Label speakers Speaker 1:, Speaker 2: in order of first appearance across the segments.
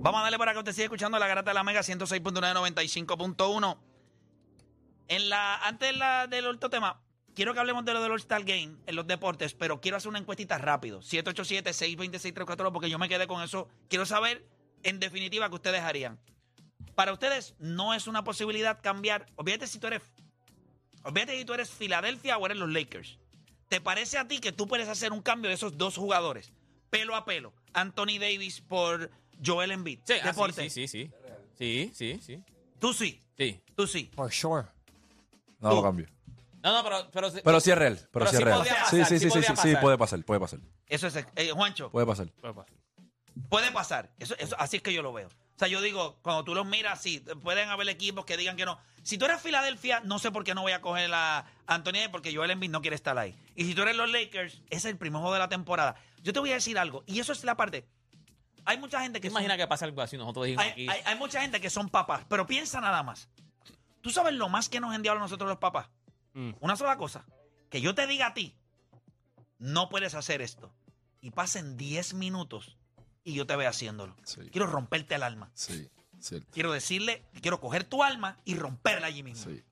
Speaker 1: Vamos a darle para que usted siga escuchando la garata de la Mega 106.995.1. En la, antes de la- del otro tema, quiero que hablemos de lo del All-Star Game en los deportes, pero quiero hacer una encuestita rápido. 787-626-342, porque yo me quedé con eso. Quiero saber, en definitiva, qué ustedes harían. Para ustedes, no es una posibilidad cambiar. Olvídate si tú eres. Olvídate si tú eres Filadelfia o eres los Lakers. ¿Te parece a ti que tú puedes hacer un cambio de esos dos jugadores? Pelo a pelo. Anthony Davis por Joel Embiid.
Speaker 2: Sí, ah,
Speaker 1: Deporte.
Speaker 2: sí, sí, sí, sí. Sí, sí, sí.
Speaker 1: Tú sí.
Speaker 2: Sí.
Speaker 1: Tú sí.
Speaker 3: For sure.
Speaker 4: No
Speaker 1: Tú.
Speaker 4: lo cambio.
Speaker 2: No, no, pero. Pero,
Speaker 4: Pero sí es real. Pero,
Speaker 2: Pero
Speaker 4: sí
Speaker 2: sí
Speaker 4: es real.
Speaker 2: podría pasar,
Speaker 4: sí, sí,
Speaker 2: sí
Speaker 4: sí, sí, sí,
Speaker 2: podría
Speaker 4: sí,
Speaker 2: pasar.
Speaker 4: puede pasar, puede pasar.
Speaker 1: Eso es. eh, Juancho,
Speaker 4: Puede pasar.
Speaker 1: puede pasar. Eso, eso- así es que yo lo veo. O sea, yo digo, cuando tú los miras, sí, pueden haber equipos que digan que no. Si tú eres Filadelfia, no sé por qué no voy a coger a Anthony Davis, porque Joel Embiid no quiere estar ahí. Y si tú eres los Lakers, es el primer juego de la temporada. Yo te voy a decir algo, y eso es la parte. Hay mucha gente que
Speaker 2: ¿Te
Speaker 1: son-
Speaker 2: imaginas que pasa algo así? Nosotros dijimos
Speaker 1: hay,
Speaker 2: aquí.
Speaker 1: hay- hay mucha gente que son papás, pero piensa nada más. ¿Tú sabes lo más que nos endiablan nosotros los papás?
Speaker 2: Mm.
Speaker 1: Una sola cosa. Que yo te diga a ti, no puedes hacer esto. Y pasen 10 minutos y yo te veo haciéndolo.
Speaker 4: Sí.
Speaker 1: Quiero romperte el alma.
Speaker 4: Sí, sí,
Speaker 1: Quiero decirle, quiero coger tu alma y romperla allí mismo.
Speaker 4: sí.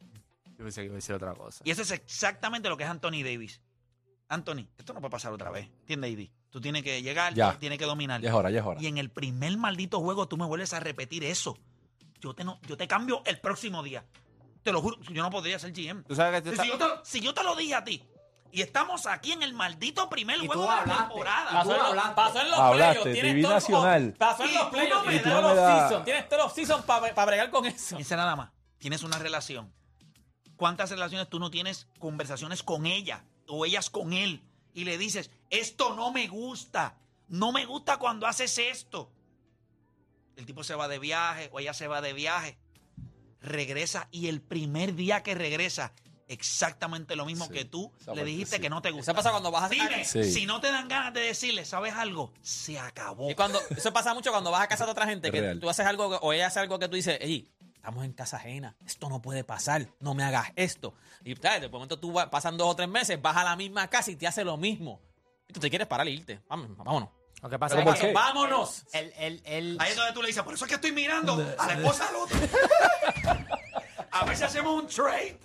Speaker 5: Yo pensé que iba a decir otra cosa.
Speaker 1: Y eso es exactamente lo que es Anthony Davis. Anthony, esto no puede pasar otra vez. ¿Entiendes, Idi? Tú tienes que llegar,
Speaker 4: Ya.
Speaker 1: tienes que dominar.
Speaker 4: Ya es hora, ya es hora.
Speaker 1: Y en el primer maldito juego tú me vuelves a repetir eso. Yo te, no- yo te cambio el próximo día. Te lo juro, yo no podría ser GM.
Speaker 5: Tú sabes que tú
Speaker 1: Si
Speaker 5: estás-
Speaker 1: yo, te, lo- si yo te lo dije a ti, y estamos aquí en el maldito primer
Speaker 6: Y
Speaker 1: juego
Speaker 6: tú
Speaker 1: de la
Speaker 6: hablaste.
Speaker 1: temporada.
Speaker 2: Pasó en, los,
Speaker 6: hablaste.
Speaker 2: pasó en los
Speaker 4: Hablaste,
Speaker 2: playoffs. tienes
Speaker 4: TV
Speaker 2: todo el-
Speaker 4: Nacional.
Speaker 2: Pasó en
Speaker 1: Y
Speaker 2: los
Speaker 1: tú
Speaker 2: playoffs.
Speaker 1: no me
Speaker 2: Tienes
Speaker 1: das-
Speaker 2: todos
Speaker 4: me
Speaker 2: los
Speaker 4: das-
Speaker 2: season. Tienes todos los season para bregar con eso.
Speaker 1: Piensa nada más. Tienes una relación. ¿Cuántas relaciones tú no tienes conversaciones con ella o ellas con él? Y le dices, esto no me gusta. No me gusta cuando haces esto. El tipo se va de viaje o ella se va de viaje. Regresa y el primer día que regresa, exactamente lo mismo
Speaker 4: Sí,
Speaker 1: que tú
Speaker 4: esa
Speaker 1: le
Speaker 4: parte
Speaker 1: dijiste
Speaker 4: sí.
Speaker 1: que no te
Speaker 2: Eso
Speaker 1: gusta.
Speaker 2: pasa cuando vas a
Speaker 1: Dime,
Speaker 4: Sí.
Speaker 1: si no te dan ganas de decirle, ¿sabes algo? Se acabó.
Speaker 2: Y cuando, eso pasa mucho cuando vas a casa de otra gente,
Speaker 4: Es
Speaker 2: que
Speaker 4: real.
Speaker 2: tú haces algo que- o ella hace algo que tú dices, "Ey, estamos en casa ajena, esto no puede pasar, no me hagas esto. Y tal, de momento tú vas- pasan dos o tres meses, vas a la misma casa y te hace lo mismo. Y tú te quieres parar y irte. Vamos, vámonos.
Speaker 6: Lo que pasa
Speaker 4: ¿Pero
Speaker 6: es
Speaker 4: por
Speaker 6: que
Speaker 4: qué?
Speaker 2: Vámonos.
Speaker 6: el, el, el,
Speaker 1: Ahí es donde tú le dices, por eso es que estoy mirando a la esposa del otro. A ver si hacemos un trade.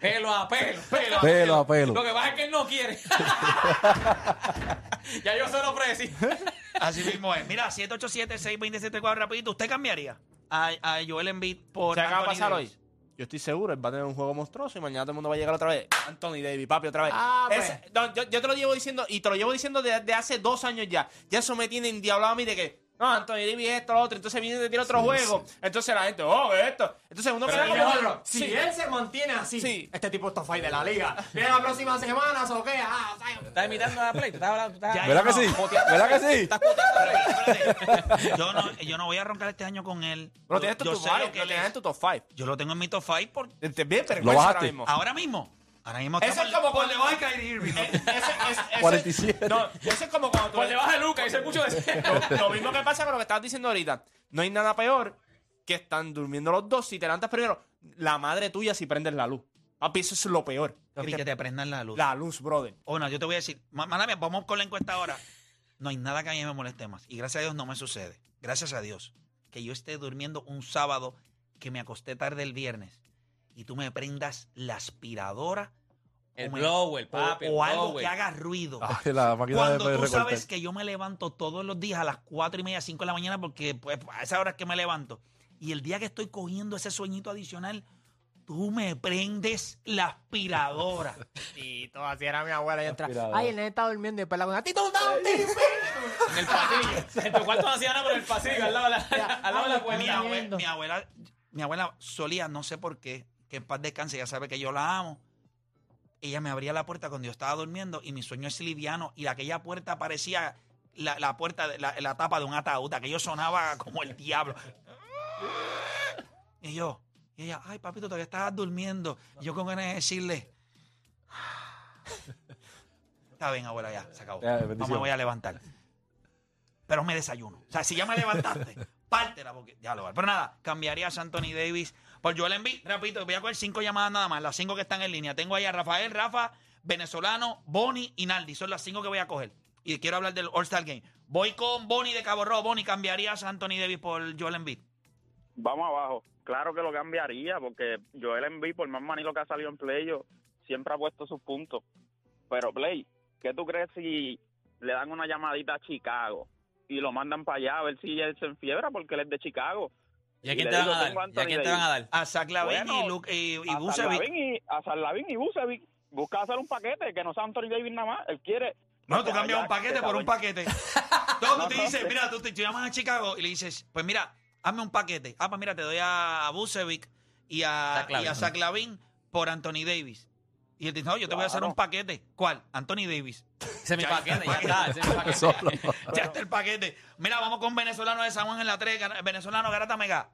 Speaker 2: Pelo a pelo, pelo a pelo.
Speaker 4: Pelo a pelo.
Speaker 2: Lo que pasa es que él no quiere. ya yo se lo ofrecí.
Speaker 1: Así mismo es. Mira, 787 627 cuadro rapidito. ¿Usted cambiaría a, a Joel Embiid por
Speaker 5: ¿Sabes qué va a
Speaker 1: Anthony
Speaker 5: pasar
Speaker 1: Davis?
Speaker 5: hoy? Yo estoy seguro, él va a tener un juego monstruoso y mañana todo el mundo va a llegar otra vez. Anthony Davis, papi, otra vez.
Speaker 6: Ah, pues.
Speaker 5: Ese- no, yo, yo te lo llevo diciendo, y te lo llevo diciendo desde hace dos años ya. Ya eso me tiene endiablado a mí de que, no, Anthony Davis esto, lo otro, entonces viene y te tira otro juego. Entonces la gente, oh, esto. Entonces uno
Speaker 6: Pero
Speaker 5: queda
Speaker 6: el
Speaker 5: como-
Speaker 6: otro,
Speaker 5: Sí.
Speaker 6: si él se mantiene así,
Speaker 5: Sí.
Speaker 6: este tipo está fire de la liga. Viene la próxima semana, soquea. Ah, o sea,
Speaker 2: Estás imitando a Play, tú estás hablando. tú estás-
Speaker 4: ¿Verdad que sí? ¿Verdad que sí?
Speaker 1: Espérate, Yo no, yo no voy a roncar este año con él.
Speaker 5: Pero tienes tu
Speaker 1: yo,
Speaker 5: top
Speaker 1: sé lo
Speaker 5: five,
Speaker 1: que
Speaker 5: lo
Speaker 1: él
Speaker 5: tienes
Speaker 1: es.
Speaker 5: en tu top five.
Speaker 1: yo lo tengo en mi top 5 por
Speaker 5: Te- Bien vergüenza ahora
Speaker 4: bajaste.
Speaker 5: mismo.
Speaker 1: ahora mismo. Ahora mismo
Speaker 5: Eso es como por debajo de
Speaker 1: Kyrie Irving.
Speaker 5: Eh, ese- ese- ese-
Speaker 4: 47.
Speaker 5: No, eso es como cuando tú...
Speaker 2: Pues le baja Luca, hice mucho de
Speaker 5: lo, lo mismo que pasa con lo que estabas diciendo ahorita. No hay nada peor que están durmiendo los dos. Si te levantas primero, la madre tuya si prendes la luz. Papi, eso es lo peor.
Speaker 1: Papi,
Speaker 5: Que
Speaker 1: que
Speaker 5: te-
Speaker 1: te prendan la luz.
Speaker 5: La luz, brother.
Speaker 1: O Oh, no, yo te voy a decir, ma- mala mía, vamos con la encuesta ahora. No hay nada que a mí me moleste más. Y gracias a Dios no me sucede. Gracias a Dios. Que yo esté durmiendo un sábado, que me acosté tarde el viernes, y tú me prendas la aspiradora
Speaker 2: El
Speaker 1: o me-
Speaker 2: blower,
Speaker 1: o-
Speaker 2: papi, el
Speaker 1: o algo
Speaker 2: blower.
Speaker 1: que haga ruido.
Speaker 4: La máquina de
Speaker 1: Cuando tú
Speaker 4: poder recortar.
Speaker 1: sabes que yo me levanto todos los días a las 4 y media, 5 de la mañana, porque pues, a esa hora es que me levanto. Y el día que estoy cogiendo ese sueñito adicional, tú me prendes la aspiradora.
Speaker 6: Tito, así era mi abuela. Y entra,
Speaker 4: Aspirador.
Speaker 6: ay, el nene está durmiendo y después la cosa, Tito, un down, Tito.
Speaker 2: En el pasillo. En tu cuarto no hacía nada por el pasillo, al lado de la, al lado de la
Speaker 1: mi,
Speaker 2: puerta.
Speaker 6: Mira.
Speaker 1: abue-
Speaker 6: viendo.
Speaker 1: mi abuela, mi abuela solía, no sé por qué, que en paz descanse, ella sabe que yo la amo. Ella me abría la puerta cuando yo estaba durmiendo y mi sueño es liviano y aquella puerta parecía la, la puerta, de- la, la tapa de un ataúd, aquello sonaba como el diablo. Y yo, y ella, ay papito, todavía estabas durmiendo. Y yo con ganas de decirle, "Ah, está bien abuela, ya, se acabó.
Speaker 4: Ya,
Speaker 1: no me
Speaker 4: bendición.
Speaker 1: voy a levantar pero me desayuno. O sea, si ya me levantaste, pártela porque ya lo vale. Pero nada, cambiaría a Anthony Davis Pues por Joel Embiid. Rapidito, voy a coger cinco llamadas nada más, las cinco que están en línea. Tengo ahí a Rafael, Rafa, Venezolano, Boni y Naldi. Son las cinco que voy a coger. Y quiero hablar del All-Star Game. Voy con Bonnie de Cabo Rojo. Bonnie, ¿cambiarías a Anthony Davis por Joel Embiid?
Speaker 3: Vamos abajo. Claro que lo cambiaría, porque Joel Embiid, por más manilo que ha salido en playo, siempre ha puesto sus puntos. Pero, Play, ¿qué tú crees si le dan una llamadita a Chicago y lo mandan para allá a ver si él se enfiebra porque él es de Chicago?
Speaker 2: ¿Y a quién
Speaker 3: le
Speaker 2: te van
Speaker 3: digo,
Speaker 2: a dar?
Speaker 3: tengo a
Speaker 2: ¿Y a
Speaker 3: Anthony
Speaker 2: quién te van a dar?
Speaker 1: A Zach Lavin
Speaker 3: Bueno,
Speaker 1: y, Luke, y, y
Speaker 3: a
Speaker 1: Vucevic.
Speaker 3: Sarlavín y A Sarlavín y Bucevic. Busca hacer un paquete, que no sea Anthony Davis nada más. Él quiere...
Speaker 1: No, tú
Speaker 3: Ya,
Speaker 1: cambias
Speaker 3: ya,
Speaker 1: un paquete
Speaker 3: que
Speaker 1: por
Speaker 3: saben.
Speaker 1: un paquete. Todo
Speaker 3: No,
Speaker 1: tú te
Speaker 3: no,
Speaker 1: dices,
Speaker 3: sí.
Speaker 1: mira, tú te tú llamas a Chicago y le dices, pues mira, hazme un paquete. Ah, pues mira, te doy a Bucevic y a,
Speaker 2: Zach Lavin.
Speaker 1: y a Zach Lavin por Anthony Davis. Y él dice, no, yo te voy a hacer
Speaker 3: Claro.
Speaker 1: un paquete. ¿Cuál? Anthony Davis.
Speaker 2: Ese es mi paquete, ya está. Ese es mi paquete.
Speaker 4: Solo.
Speaker 1: Ya está el paquete. Mira, vamos con venezolano de San Juan en la 3. Venezolano Garata Mega.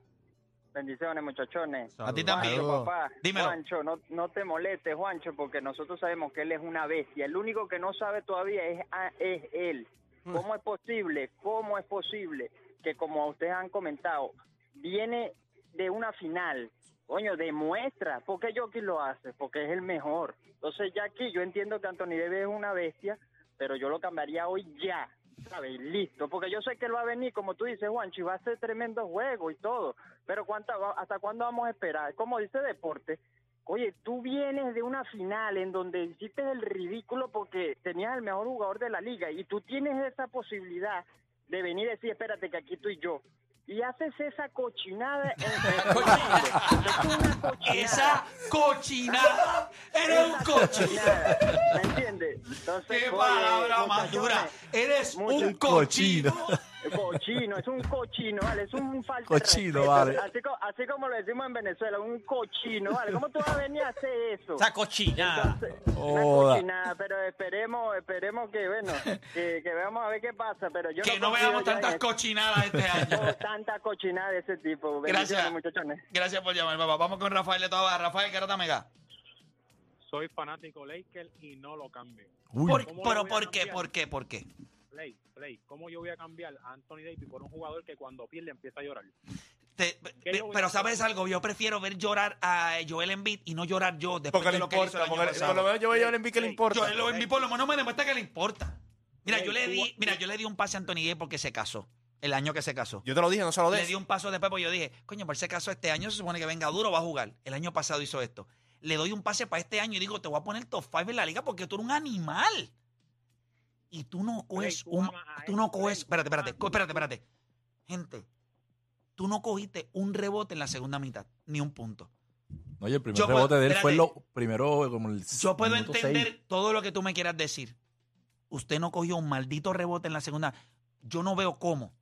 Speaker 7: Bendiciones, muchachones.
Speaker 1: A ti también.
Speaker 4: Saludos.
Speaker 7: Papá,
Speaker 1: Dímelo.
Speaker 7: Juancho, no, no te molestes, Juancho, porque nosotros sabemos que él es una bestia. El único que no sabe todavía es, a- es él. ¿Cómo es posible? ¿Cómo es posible que, como ustedes han comentado, viene de una final? Coño, demuestra. ¿Por qué Jockey lo hace? Porque es el mejor. Entonces, ya aquí yo entiendo que Anthony Davis es una bestia, pero yo lo cambiaría hoy ya. ¿Sabes? Listo. Porque yo sé que él va a venir, como tú dices, Juancho, y va a ser tremendo juego y todo. Pero ¿cuánta, va- ¿hasta cuándo vamos a esperar? Como dice Deporte, Oye, tú vienes de una final en donde hiciste el ridículo porque tenías el mejor jugador de la liga y tú tienes esa posibilidad de venir y decir, espérate que aquí estoy yo. Y haces esa cochinada en el una cochinada.
Speaker 1: Esa cochinada. Eres un
Speaker 7: Esa
Speaker 1: cochino.
Speaker 7: cochinada, ¿Me entiendes? Entonces,
Speaker 1: Qué
Speaker 7: oye,
Speaker 1: palabra más dura.
Speaker 7: muchachones,
Speaker 1: Eres
Speaker 7: muchas-
Speaker 1: un cochino.
Speaker 7: Cochino, es un cochino, ¿vale? Es un falta de
Speaker 4: Cochino,
Speaker 7: respeto.
Speaker 4: vale.
Speaker 7: Así, co- así como lo decimos en Venezuela, un cochino, ¿vale? ¿Cómo tú vas a venir a hacer eso?
Speaker 2: Esa
Speaker 1: Ah,
Speaker 2: cochinada.
Speaker 4: Joda.
Speaker 7: Una cochinada, pero esperemos, esperemos que, bueno, que, que veamos a ver qué pasa, pero yo
Speaker 1: Que no
Speaker 7: confío
Speaker 1: veamos
Speaker 7: ya en
Speaker 1: tantas
Speaker 7: esto.
Speaker 1: cochinadas este año.
Speaker 7: No, tanta cochinada de ese tipo.
Speaker 1: Gracias.
Speaker 7: Bendiciones, muchachones.
Speaker 1: Gracias por llamar, papá. Vamos con Rafael de Toda. Rafael Garata Mega.
Speaker 8: Soy fanático Laker y no lo cambio.
Speaker 4: Uy,
Speaker 1: Por-
Speaker 8: ¿Cómo lo
Speaker 1: pero
Speaker 8: voy a
Speaker 1: ¿por qué?
Speaker 8: cambiar?
Speaker 1: ¿Por qué? ¿Por qué?
Speaker 8: Play, play. ¿Cómo yo voy a cambiar a Anthony Davis por un jugador que cuando pierde empieza a llorar?
Speaker 1: Te-
Speaker 8: ¿Qué yo voy a
Speaker 1: pero
Speaker 8: hacer?
Speaker 1: sabes algo, yo prefiero ver llorar a Joel Embiid y no llorar yo después
Speaker 5: Porque
Speaker 1: de
Speaker 5: le
Speaker 1: lo que él hizo
Speaker 5: importa,
Speaker 1: el año
Speaker 5: porque le- por
Speaker 1: pasado.
Speaker 5: lo menos yo veo a Joel Embiid que le
Speaker 8: Play.
Speaker 5: importa.
Speaker 1: Joel Embiid por lo menos me demuestra que le importa. Mira,
Speaker 8: Ey,
Speaker 1: yo le di,
Speaker 8: tú-
Speaker 1: mira, yo le di un pase a Anthony Davis porque se casó, el año que se casó.
Speaker 5: Yo te lo dije, no se lo
Speaker 1: Le
Speaker 5: des.
Speaker 1: di un paso después porque yo dije, coño, por si acaso este año se supone que venga duro, va a jugar. El año pasado hizo esto. Le doy un pase para este año y digo, te voy a poner top 5 en la liga porque tú eres un animal. Y tú no coges
Speaker 8: tú
Speaker 1: un...
Speaker 8: amas a
Speaker 1: Tú
Speaker 8: él,
Speaker 1: no coges...
Speaker 8: Play,
Speaker 1: Espérate,
Speaker 8: tú
Speaker 1: espérate,
Speaker 8: amas-
Speaker 1: co- espérate, espérate. Gente, tú no cogiste un rebote en la segunda mitad, ni un punto.
Speaker 4: No, oye, el primer
Speaker 1: Yo puedo-
Speaker 4: rebote de él fue
Speaker 1: espérate.
Speaker 4: lo primero, como el.
Speaker 1: Yo puedo
Speaker 4: minuto
Speaker 1: entender
Speaker 4: seis.
Speaker 1: todo lo que tú me quieras decir. Usted no cogió un maldito rebote en la segunda. Yo no veo cómo.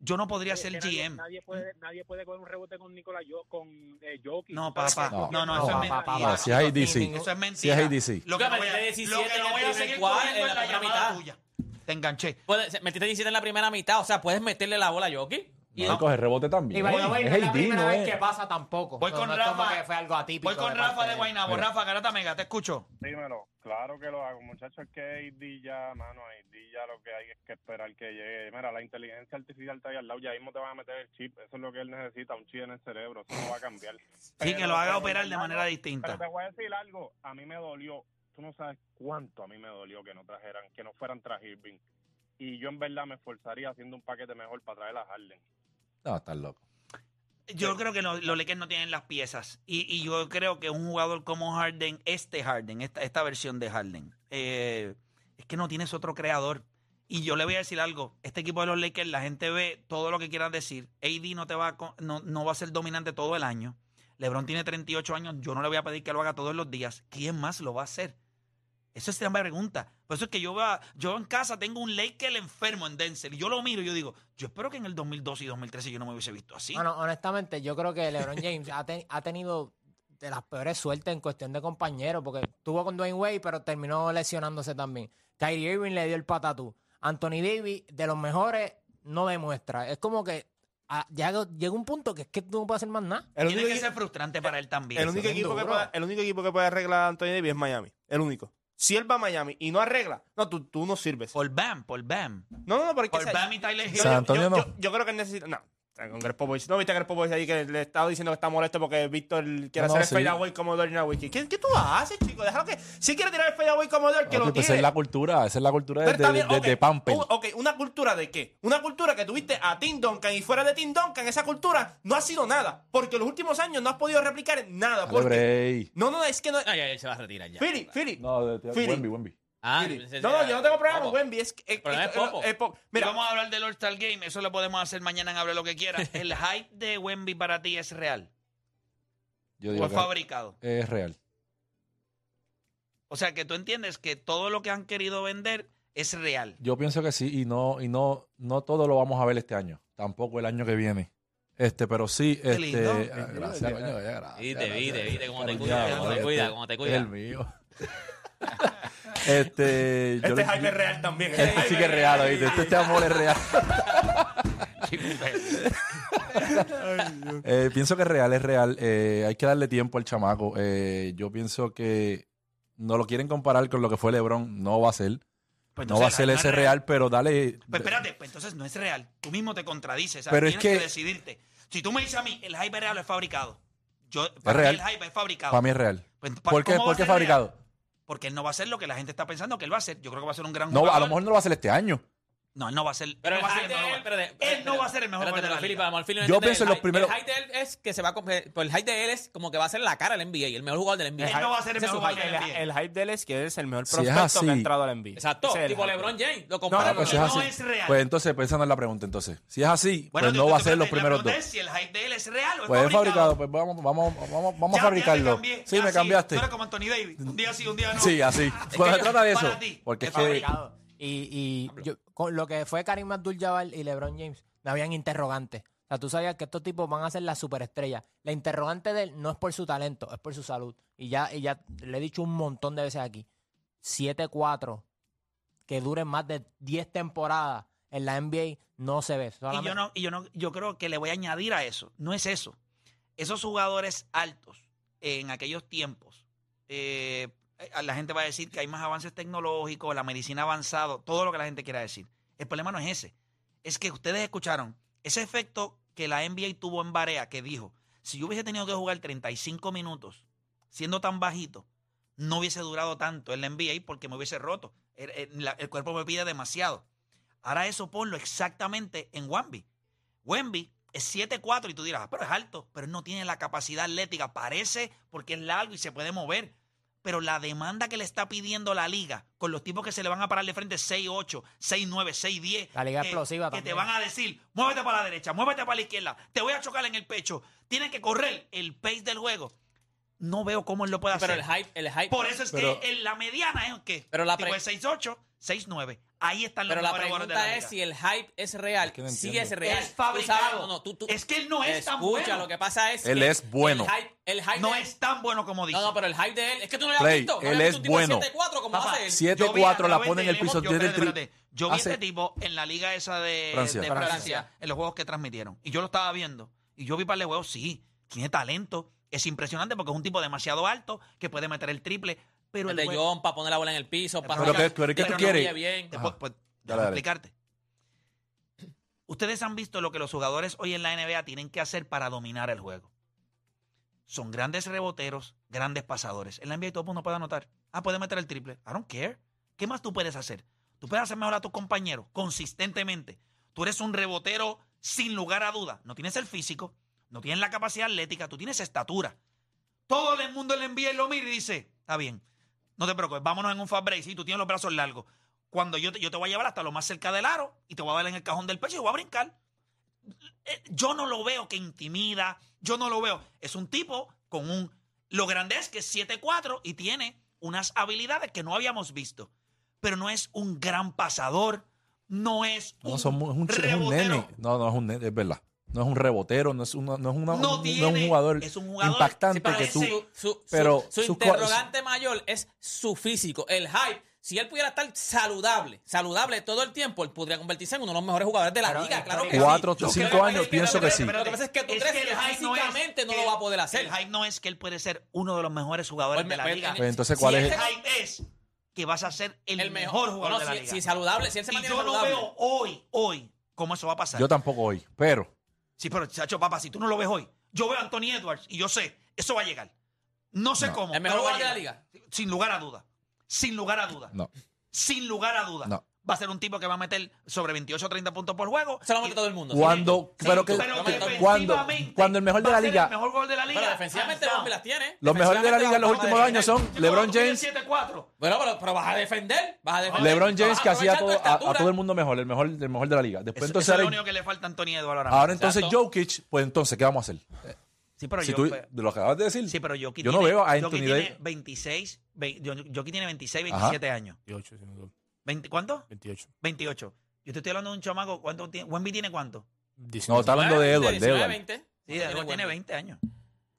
Speaker 1: Yo no podría
Speaker 8: Es que
Speaker 1: ser
Speaker 8: nadie-
Speaker 1: GM.
Speaker 8: Nadie puede, nadie puede coger un rebote con Nicolás, yo, con eh, Jokic.
Speaker 1: No,
Speaker 8: ¿Sabes
Speaker 1: papá.
Speaker 8: qué?
Speaker 1: No, no,
Speaker 4: No,
Speaker 1: eso es
Speaker 4: papá,
Speaker 1: mentira.
Speaker 4: papá, No, si es ADC.
Speaker 1: Eso es
Speaker 4: Si es
Speaker 1: mentira.
Speaker 4: ADC.
Speaker 1: Lo que no voy a,
Speaker 2: Metiste
Speaker 1: lo
Speaker 2: 17
Speaker 1: que no voy
Speaker 2: en
Speaker 1: a
Speaker 2: el primer
Speaker 1: seguir
Speaker 2: cuarto,
Speaker 1: cogiendo
Speaker 2: en
Speaker 1: es
Speaker 2: la
Speaker 1: la
Speaker 2: primera
Speaker 1: llamada
Speaker 2: mitad.
Speaker 1: tuya. Te enganché.
Speaker 2: Puede- se- Metiste 17 en la primera mitad, o sea, puedes meterle la bola a Jokic. Y
Speaker 4: No, él coge rebote también.
Speaker 6: Y by the way, no
Speaker 4: es eh.
Speaker 6: es la
Speaker 4: AD,
Speaker 6: primera
Speaker 4: no
Speaker 6: vez que
Speaker 4: es.
Speaker 6: pasa tampoco.
Speaker 1: Voy
Speaker 6: No,
Speaker 1: con
Speaker 6: no es como
Speaker 1: Rafa.
Speaker 6: que fue algo atípico.
Speaker 1: Voy con Rafa
Speaker 6: parte
Speaker 1: de
Speaker 6: él.
Speaker 1: Guaynabo.
Speaker 4: Mira.
Speaker 1: Rafa, Garata Mega, te escucho.
Speaker 9: Dímelo, claro que lo hago, muchachos, es que AD ya, mano, AD ya lo que hay es que esperar que llegue. Mira, la inteligencia artificial está ahí al lado, ya mismo te van a meter el chip, eso es lo que él necesita, un chip en el cerebro, eso no va a cambiar.
Speaker 1: Sí,
Speaker 9: Pero- pues,
Speaker 1: que lo haga
Speaker 9: pero,
Speaker 1: operar de
Speaker 9: hermano,
Speaker 1: manera
Speaker 9: Pero
Speaker 1: distinta.
Speaker 9: te voy a decir algo, a mí me dolió, tú no sabes cuánto a mí me dolió que no trajeran, que no fueran tras Irving. Y yo en verdad me esforzaría haciendo un paquete mejor para traer a Harden.
Speaker 4: No, estás loco.
Speaker 1: Yo creo que no- los Lakers no tienen las piezas. Y, y yo creo que un jugador como Harden, este Harden, esta, esta versión de Harden, eh, es que no tienes otro creador. Y yo le voy a decir algo. Este equipo de los Lakers, la gente ve todo lo que quieran decir. AD no, te va, a co- no, no va a ser dominante todo el año. LeBron tiene 38 años. Yo no le voy a pedir que lo haga todos los días. ¿Quién más lo va a hacer? Esa es la pregunta. Por eso es que yo, veo a- yo en casa tengo un Laker enfermo en Denzel. Y yo lo miro y yo digo, yo espero que en el 2012 y 2013 yo no me hubiese visto así.
Speaker 6: Bueno, honestamente, yo creo que LeBron James ha, ten- ha tenido de las peores suertes en cuestión de compañeros, porque tuvo con Dwayne Wade, pero terminó lesionándose también. Kyrie Irving le dio el patatú. Anthony Davis, de los mejores, no demuestra. Es como que ah, ya llega un punto que es que tú no puedes hacer más nada.
Speaker 5: El único,
Speaker 1: Tiene que
Speaker 5: equi-
Speaker 1: ser frustrante para él también.
Speaker 5: el único
Speaker 6: Bien
Speaker 5: equipo que
Speaker 6: duro.
Speaker 5: puede, el único equipo que puede arreglar a Anthony Davis es Miami. El único. Si él va a Miami y no arregla, no, tú, tú no sirves.
Speaker 1: Por Bam, por Bam.
Speaker 5: No, no, no, porque
Speaker 1: Por Bam y Tyler Hill.
Speaker 5: yo,
Speaker 4: San Antonio
Speaker 5: yo-
Speaker 4: no.
Speaker 5: yo- yo creo que él necesita. No, Está Con Greg Popovich. ¿No viste a Greg Popovich ahí que le estaba diciendo que está molesto porque Víctor quiere
Speaker 4: No,
Speaker 5: hacer
Speaker 4: no,
Speaker 5: el
Speaker 4: sí.
Speaker 5: fadeaway como Dorian Wiki? ¿Qué, ¿Qué tú haces, chico? Déjalo que. Si quiere tirar el fadeaway como Dorian,
Speaker 4: Papi,
Speaker 5: que
Speaker 4: pues
Speaker 5: lo tire.
Speaker 4: esa es la cultura, esa es la cultura
Speaker 5: Pero
Speaker 4: desde
Speaker 5: está bien,
Speaker 4: de,
Speaker 5: ok. Oh,
Speaker 4: Pamper.
Speaker 5: Un- ok, ¿una cultura de qué? Una cultura que tuviste a Tim Duncan y fuera de Tim Duncan, esa cultura no ha sido nada. Porque en los últimos años no has podido replicar nada.
Speaker 4: Dale,
Speaker 5: Porque...
Speaker 4: Bray.
Speaker 5: No, no, es que no.
Speaker 2: Ay, ay, ay, se va a retirar ya.
Speaker 5: Philly, Philly. No,
Speaker 4: No, de, de-
Speaker 5: Philly.
Speaker 4: Wemby, Wemby.
Speaker 2: Ah,
Speaker 5: no, yo no tengo problema con
Speaker 2: Popo.
Speaker 5: Wemby. Es que. es-
Speaker 2: problema
Speaker 5: es-
Speaker 2: es Popo.
Speaker 5: es Popo.
Speaker 1: Mira,
Speaker 5: Mira,
Speaker 1: vamos a hablar del All-Star Game. Eso lo podemos hacer mañana en Hable lo que quiera. ¿El hype de Wemby para ti es real
Speaker 4: Yo
Speaker 1: o
Speaker 4: digo
Speaker 1: es
Speaker 4: que
Speaker 1: fabricado?
Speaker 4: es real.
Speaker 1: O sea, que tú entiendes que todo lo que han querido vender es real.
Speaker 4: Yo pienso que sí y no y no no todo lo vamos a ver este año, tampoco el año que viene. Este, pero sí, este,
Speaker 1: lindo.
Speaker 4: ah, gracias, coño, ya, gracias.
Speaker 2: Viste, viste,
Speaker 4: gracias.
Speaker 2: viste cómo te
Speaker 4: Ya,
Speaker 2: cuida, cómo te
Speaker 4: este
Speaker 2: cuida, cómo te cuida.
Speaker 4: es El mío. este, yo
Speaker 5: este
Speaker 4: le-
Speaker 5: Jaime es real también.
Speaker 4: Este sí que es real, oíste, este, este amor es real. Eh, pienso que es real, es real. Eh, hay que darle tiempo al chamaco. Eh, yo pienso que no lo quieren comparar con lo que fue LeBron. No va a ser.
Speaker 1: Pues
Speaker 4: no va a
Speaker 1: entonces,
Speaker 4: ser
Speaker 1: no es
Speaker 4: ese real, pero dale.
Speaker 1: Pues espérate, pues entonces no es real. Tú mismo te contradices. ¿sabes?
Speaker 4: Pero es
Speaker 1: Tienes que...
Speaker 4: que-
Speaker 1: decidirte. Si tú me dices a mí, el hype es real o es fabricado. Yo, para
Speaker 4: real.
Speaker 1: mí el hype es fabricado.
Speaker 4: Para mí es real.
Speaker 1: Pues, pa-
Speaker 4: ¿Por qué,
Speaker 1: ¿cómo va
Speaker 4: por
Speaker 1: a
Speaker 4: qué
Speaker 1: ser real?
Speaker 4: fabricado?
Speaker 1: Porque él no va a ser lo que la gente está pensando que él va a ser. Yo creo que va a ser un gran
Speaker 4: No,
Speaker 1: jugador.
Speaker 4: a lo mejor no lo va a ser este año.
Speaker 1: No, él no va a ser.
Speaker 2: Pero
Speaker 1: no
Speaker 2: el
Speaker 1: va a ser
Speaker 2: hype
Speaker 1: el
Speaker 2: de
Speaker 1: mejor
Speaker 2: él, espérate,
Speaker 1: Él
Speaker 2: espérate,
Speaker 1: no va a
Speaker 2: espérate.
Speaker 1: ser el mejor jugador de
Speaker 2: Espérate, pero
Speaker 1: la
Speaker 2: Philip,
Speaker 1: liga.
Speaker 2: a lo mejor Philip no
Speaker 4: Yo
Speaker 2: entiende
Speaker 4: pienso en
Speaker 2: el
Speaker 4: los
Speaker 2: hype.
Speaker 4: primeros-
Speaker 2: El hype de él es que se va a com- eh, pues el hype de él es como que va a ser la cara del NBA, el mejor jugador del NBA.
Speaker 1: Él no va a ser el
Speaker 2: Ese es su
Speaker 1: mejor jugador
Speaker 2: hype.
Speaker 1: del NBA.
Speaker 5: El hype de él es que es el mejor
Speaker 4: Si es
Speaker 5: prospecto
Speaker 4: así-
Speaker 5: que ha entrado al NBA.
Speaker 2: Exacto,
Speaker 5: Ese es el
Speaker 2: tipo
Speaker 5: hype.
Speaker 2: LeBron James, lo compara
Speaker 5: No,
Speaker 4: Ah,
Speaker 2: con
Speaker 4: pues
Speaker 1: no,
Speaker 4: es
Speaker 2: LeBron
Speaker 4: así.
Speaker 1: es real.
Speaker 4: Pues entonces, pensando en la pregunta, entonces. Si es así,
Speaker 1: Bueno,
Speaker 4: pues
Speaker 1: te-
Speaker 4: no
Speaker 1: te-
Speaker 4: va a
Speaker 1: te-
Speaker 4: ser los
Speaker 1: la
Speaker 4: primeros dos.
Speaker 1: pregunta es Si el hype de él es real o es
Speaker 4: Pues es
Speaker 1: fabricado.
Speaker 4: fabricado, pues vamos, vamos, vamos, vamos a
Speaker 1: Ya, un día te
Speaker 4: fabricarlo.
Speaker 1: cambié,
Speaker 4: Sí, me
Speaker 1: así,
Speaker 4: cambiaste.
Speaker 1: Tú eres como Anthony Davis. Un día sí, un día no.
Speaker 4: Sí, así.
Speaker 1: que
Speaker 4: Pues se
Speaker 1: yo-
Speaker 4: trata de
Speaker 1: para
Speaker 4: eso.
Speaker 1: ti,
Speaker 4: Porque
Speaker 1: es
Speaker 4: es que
Speaker 6: fabricado. Y, y yo- con lo que fue Karim Abdul-Jabbar y LeBron James, no habían interrogantes. O sea, tú sabías que estos tipos van a ser la superestrella. La interrogante de él no es por su talento, es por su salud. Y ya, y ya le he dicho un montón de veces aquí. 7-4, que duren más de 10 temporadas en la NBA, no se ve.
Speaker 1: Y yo
Speaker 6: Solamente-
Speaker 1: no, y yo no, yo creo que le voy a añadir a eso. No es eso. Esos jugadores altos en aquellos tiempos, eh, a- la gente va a decir que hay más avances tecnológicos, la medicina ha avanzado, todo lo que la gente quiera decir. El problema no es ese. Es que ustedes escucharon ese efecto que la NBA tuvo en Barea, que dijo, si yo hubiese tenido que jugar 35 minutos siendo tan bajito, no hubiese durado tanto en la NBA porque me hubiese roto. El, el- la- el cuerpo me pide demasiado. Ahora eso ponlo exactamente en Wemby. Wemby es 7'4 y tú dirás, "Ah, pero es alto, pero él no tiene la capacidad atlética. Parece porque es largo y se puede mover. Pero la demanda que le está pidiendo la liga con los tipos que se le van a parar de frente 6'8, 6'9, 6'10.
Speaker 6: La liga
Speaker 1: que-
Speaker 6: explosiva
Speaker 1: Que te
Speaker 6: también.
Speaker 1: van a decir, muévete para la derecha, muévete para la izquierda, te voy a chocar en el pecho. Tienes que correr el pace del juego. No veo cómo él lo puede
Speaker 2: Pero
Speaker 1: hacer.
Speaker 2: el hype, el hype.
Speaker 1: Por eso es
Speaker 4: Pero-
Speaker 1: que en la mediana ¿eh? es que
Speaker 2: Pero la pre-
Speaker 1: tipo es 6'8, 6'9. Ahí están los
Speaker 2: Pero la
Speaker 1: mejores jugadores de
Speaker 2: pregunta
Speaker 1: la
Speaker 2: es
Speaker 1: liga.
Speaker 2: si el hype es real.
Speaker 4: Es que no
Speaker 2: sí
Speaker 4: entiendo.
Speaker 2: es real.
Speaker 1: Es
Speaker 2: Tú
Speaker 1: fabricado.
Speaker 2: sabes- no, tú- tú-
Speaker 1: Es que él no es tan
Speaker 2: Escucha,
Speaker 1: bueno.
Speaker 2: lo que pasa es
Speaker 4: Él
Speaker 2: que
Speaker 4: es bueno.
Speaker 2: El hype, el hype
Speaker 1: No
Speaker 2: de-
Speaker 1: es tan bueno como dice.
Speaker 2: No, no, pero el hype de él es que tú no le has
Speaker 4: Play,
Speaker 2: visto. No
Speaker 4: él
Speaker 2: le has visto
Speaker 4: es
Speaker 2: un tipo de
Speaker 4: bueno.
Speaker 2: 7-4 como
Speaker 1: Papá,
Speaker 2: hace él.
Speaker 1: yo
Speaker 4: 7-4
Speaker 1: vi a
Speaker 4: la
Speaker 1: Robert
Speaker 4: pone en el
Speaker 1: de Lemos,
Speaker 4: piso.
Speaker 1: yo-
Speaker 4: tiene
Speaker 1: espérate,
Speaker 4: tri-
Speaker 1: espérate. Yo vi a este
Speaker 4: hace-
Speaker 1: tipo en la liga esa de de
Speaker 4: Francia.
Speaker 1: Francia,
Speaker 6: Francia.
Speaker 1: en los juegos que transmitieron. Y yo lo estaba viendo. Y yo vi para el juego, sí, tiene talento. Es impresionante porque es un tipo demasiado alto que puede meter el triple. Pero
Speaker 2: El
Speaker 1: el
Speaker 2: de
Speaker 1: juego-
Speaker 2: John para poner la bola en el piso. para
Speaker 1: Pero
Speaker 2: sacar-
Speaker 1: que- pero es que
Speaker 2: pero
Speaker 1: tú
Speaker 2: no mide
Speaker 4: quieres-
Speaker 2: bien.
Speaker 1: Te
Speaker 4: Ajá.
Speaker 1: puedo- pues,
Speaker 4: Dale,
Speaker 1: déjame
Speaker 4: dale.
Speaker 1: explicarte. Ustedes han visto lo que los jugadores hoy en la NBA tienen que hacer para dominar el juego. Son grandes reboteros, grandes pasadores. En la NBA todo el mundo puede anotar. Ah, puede meter el triple. I don't care. ¿Qué más tú puedes hacer? Tú puedes hacer mejor a tus compañeros consistentemente. Tú eres un rebotero sin lugar a duda. No tienes el físico, no tienes la capacidad atlética, tú tienes estatura. Todo el mundo le envía y lo mira y dice, está bien, no te preocupes, vámonos en un fast break. Sí, tú tienes los brazos largos. Cuando yo te, yo te voy a llevar hasta lo más cerca del aro y te voy a dar en el cajón del pecho y voy a brincar. Eh, Yo no lo veo que intimida, yo no lo veo. Es un tipo con un... Lo grande es que es 7'4 y tiene unas habilidades que no habíamos visto. Pero no es un gran pasador, no es
Speaker 4: No,
Speaker 1: un
Speaker 4: son mu- es, un, es un
Speaker 1: rebotero.
Speaker 4: nene. No, no es un nene, es verdad. No es un rebotero, no es, una- no es, una-
Speaker 1: No
Speaker 4: un- no es
Speaker 1: tiene-
Speaker 4: un jugador
Speaker 1: es un jugador-
Speaker 2: Sí,
Speaker 4: impactante
Speaker 2: pero
Speaker 4: que
Speaker 2: es
Speaker 4: tú.
Speaker 1: ese-
Speaker 2: su, su- su-
Speaker 4: pero
Speaker 2: su
Speaker 4: su cua-
Speaker 2: interrogante mayor es su físico, el hype. Si él pudiera estar saludable, saludable todo el tiempo, él podría convertirse en uno de los mejores jugadores de la
Speaker 6: Pero
Speaker 2: liga,
Speaker 6: esto-
Speaker 2: claro que sí.
Speaker 4: Cuatro,
Speaker 2: Lo que
Speaker 4: cinco
Speaker 2: pasa
Speaker 4: años,
Speaker 2: es
Speaker 4: pienso
Speaker 2: lo
Speaker 4: que sí.
Speaker 2: pasa- Lo que pasa es que tú crees que,
Speaker 1: el hype no es
Speaker 2: físicamente no,
Speaker 1: que-
Speaker 2: lo va a poder hacer.
Speaker 1: El hype no es que él puede ser uno de los mejores jugadores
Speaker 2: Pues,
Speaker 1: de la
Speaker 2: pues,
Speaker 1: liga.
Speaker 4: Pues entonces, ¿cuál
Speaker 2: Si
Speaker 4: es?
Speaker 1: El
Speaker 2: ese-
Speaker 1: hype es que vas a ser el,
Speaker 2: El
Speaker 1: mejor
Speaker 2: mejor.
Speaker 1: jugador
Speaker 2: No,
Speaker 1: de la
Speaker 2: si,
Speaker 1: liga.
Speaker 2: si saludable, si él se
Speaker 1: y
Speaker 2: mantiene
Speaker 1: yo no
Speaker 2: saludable.
Speaker 1: veo hoy, hoy, cómo eso va a pasar.
Speaker 4: Yo tampoco hoy, pero
Speaker 1: Sí, pero chacho, papá, si tú no lo ves hoy, yo veo a Anthony Edwards y yo sé, eso va a llegar. No sé
Speaker 4: No.
Speaker 1: cómo.
Speaker 2: El mejor
Speaker 1: pero va a
Speaker 2: jugador de
Speaker 1: llegar. Sin lugar a duda. Sin lugar a duda.
Speaker 4: No.
Speaker 1: Sin lugar a duda.
Speaker 4: No.
Speaker 1: Va a ser un tipo que va a meter sobre 28 o 30 puntos por juego.
Speaker 2: Se lo mete
Speaker 1: Y-
Speaker 2: todo el mundo.
Speaker 4: Cuando,
Speaker 2: Sí,
Speaker 4: pero
Speaker 2: sí,
Speaker 4: que,
Speaker 1: Pero
Speaker 4: que-
Speaker 1: defensivamente
Speaker 4: cuando, cuando el mejor de
Speaker 1: va
Speaker 4: la
Speaker 1: a ser
Speaker 4: liga,
Speaker 1: El mejor gol de la liga. Ah,
Speaker 2: Pero defensivamente
Speaker 1: hands
Speaker 2: Bambi
Speaker 1: down.
Speaker 2: las tiene.
Speaker 4: los mejores de la
Speaker 2: Defensivamente
Speaker 4: liga en los
Speaker 2: Bambi
Speaker 4: últimos
Speaker 2: las
Speaker 4: años
Speaker 2: tiene.
Speaker 4: son
Speaker 1: Chico,
Speaker 4: LeBron
Speaker 1: tú tienes
Speaker 4: James,
Speaker 1: 7-4.
Speaker 2: Bueno, pero, pero vas a defender. Vas a defender.
Speaker 4: LeBron James que hacía a, todo- a- a todo el
Speaker 2: mundo.
Speaker 4: mundo mejor, el mejor, el mejor de la liga. Después
Speaker 1: Eso,
Speaker 4: entonces
Speaker 1: eso es
Speaker 4: ahora-
Speaker 1: lo único que le falta a Anthony Edwards ahora mismo.
Speaker 4: ahora entonces
Speaker 2: Exacto.
Speaker 4: Jokic, pues entonces ¿qué vamos a hacer?
Speaker 1: Sí, pero
Speaker 4: Si
Speaker 1: yo...
Speaker 4: tú de lo que acabas de decir,
Speaker 1: Sí, pero Jokic
Speaker 4: yo no
Speaker 1: tiene,
Speaker 4: veo a
Speaker 1: Jokic
Speaker 4: Anthony
Speaker 1: tiene
Speaker 4: Davis.
Speaker 1: 26, ve- Jokic Jokic tiene 26,
Speaker 4: Ajá.
Speaker 1: 27 años.
Speaker 5: 28, si no me equivoco.
Speaker 1: 20, ¿Cuánto?
Speaker 5: 28.
Speaker 1: 28. Yo te estoy hablando de un chamaco. ¿Cuánto tiene? ¿Wemby tiene cuánto?
Speaker 4: No, está hablando de Edward, de Edward.
Speaker 1: Sí, Edwards tiene 20 años.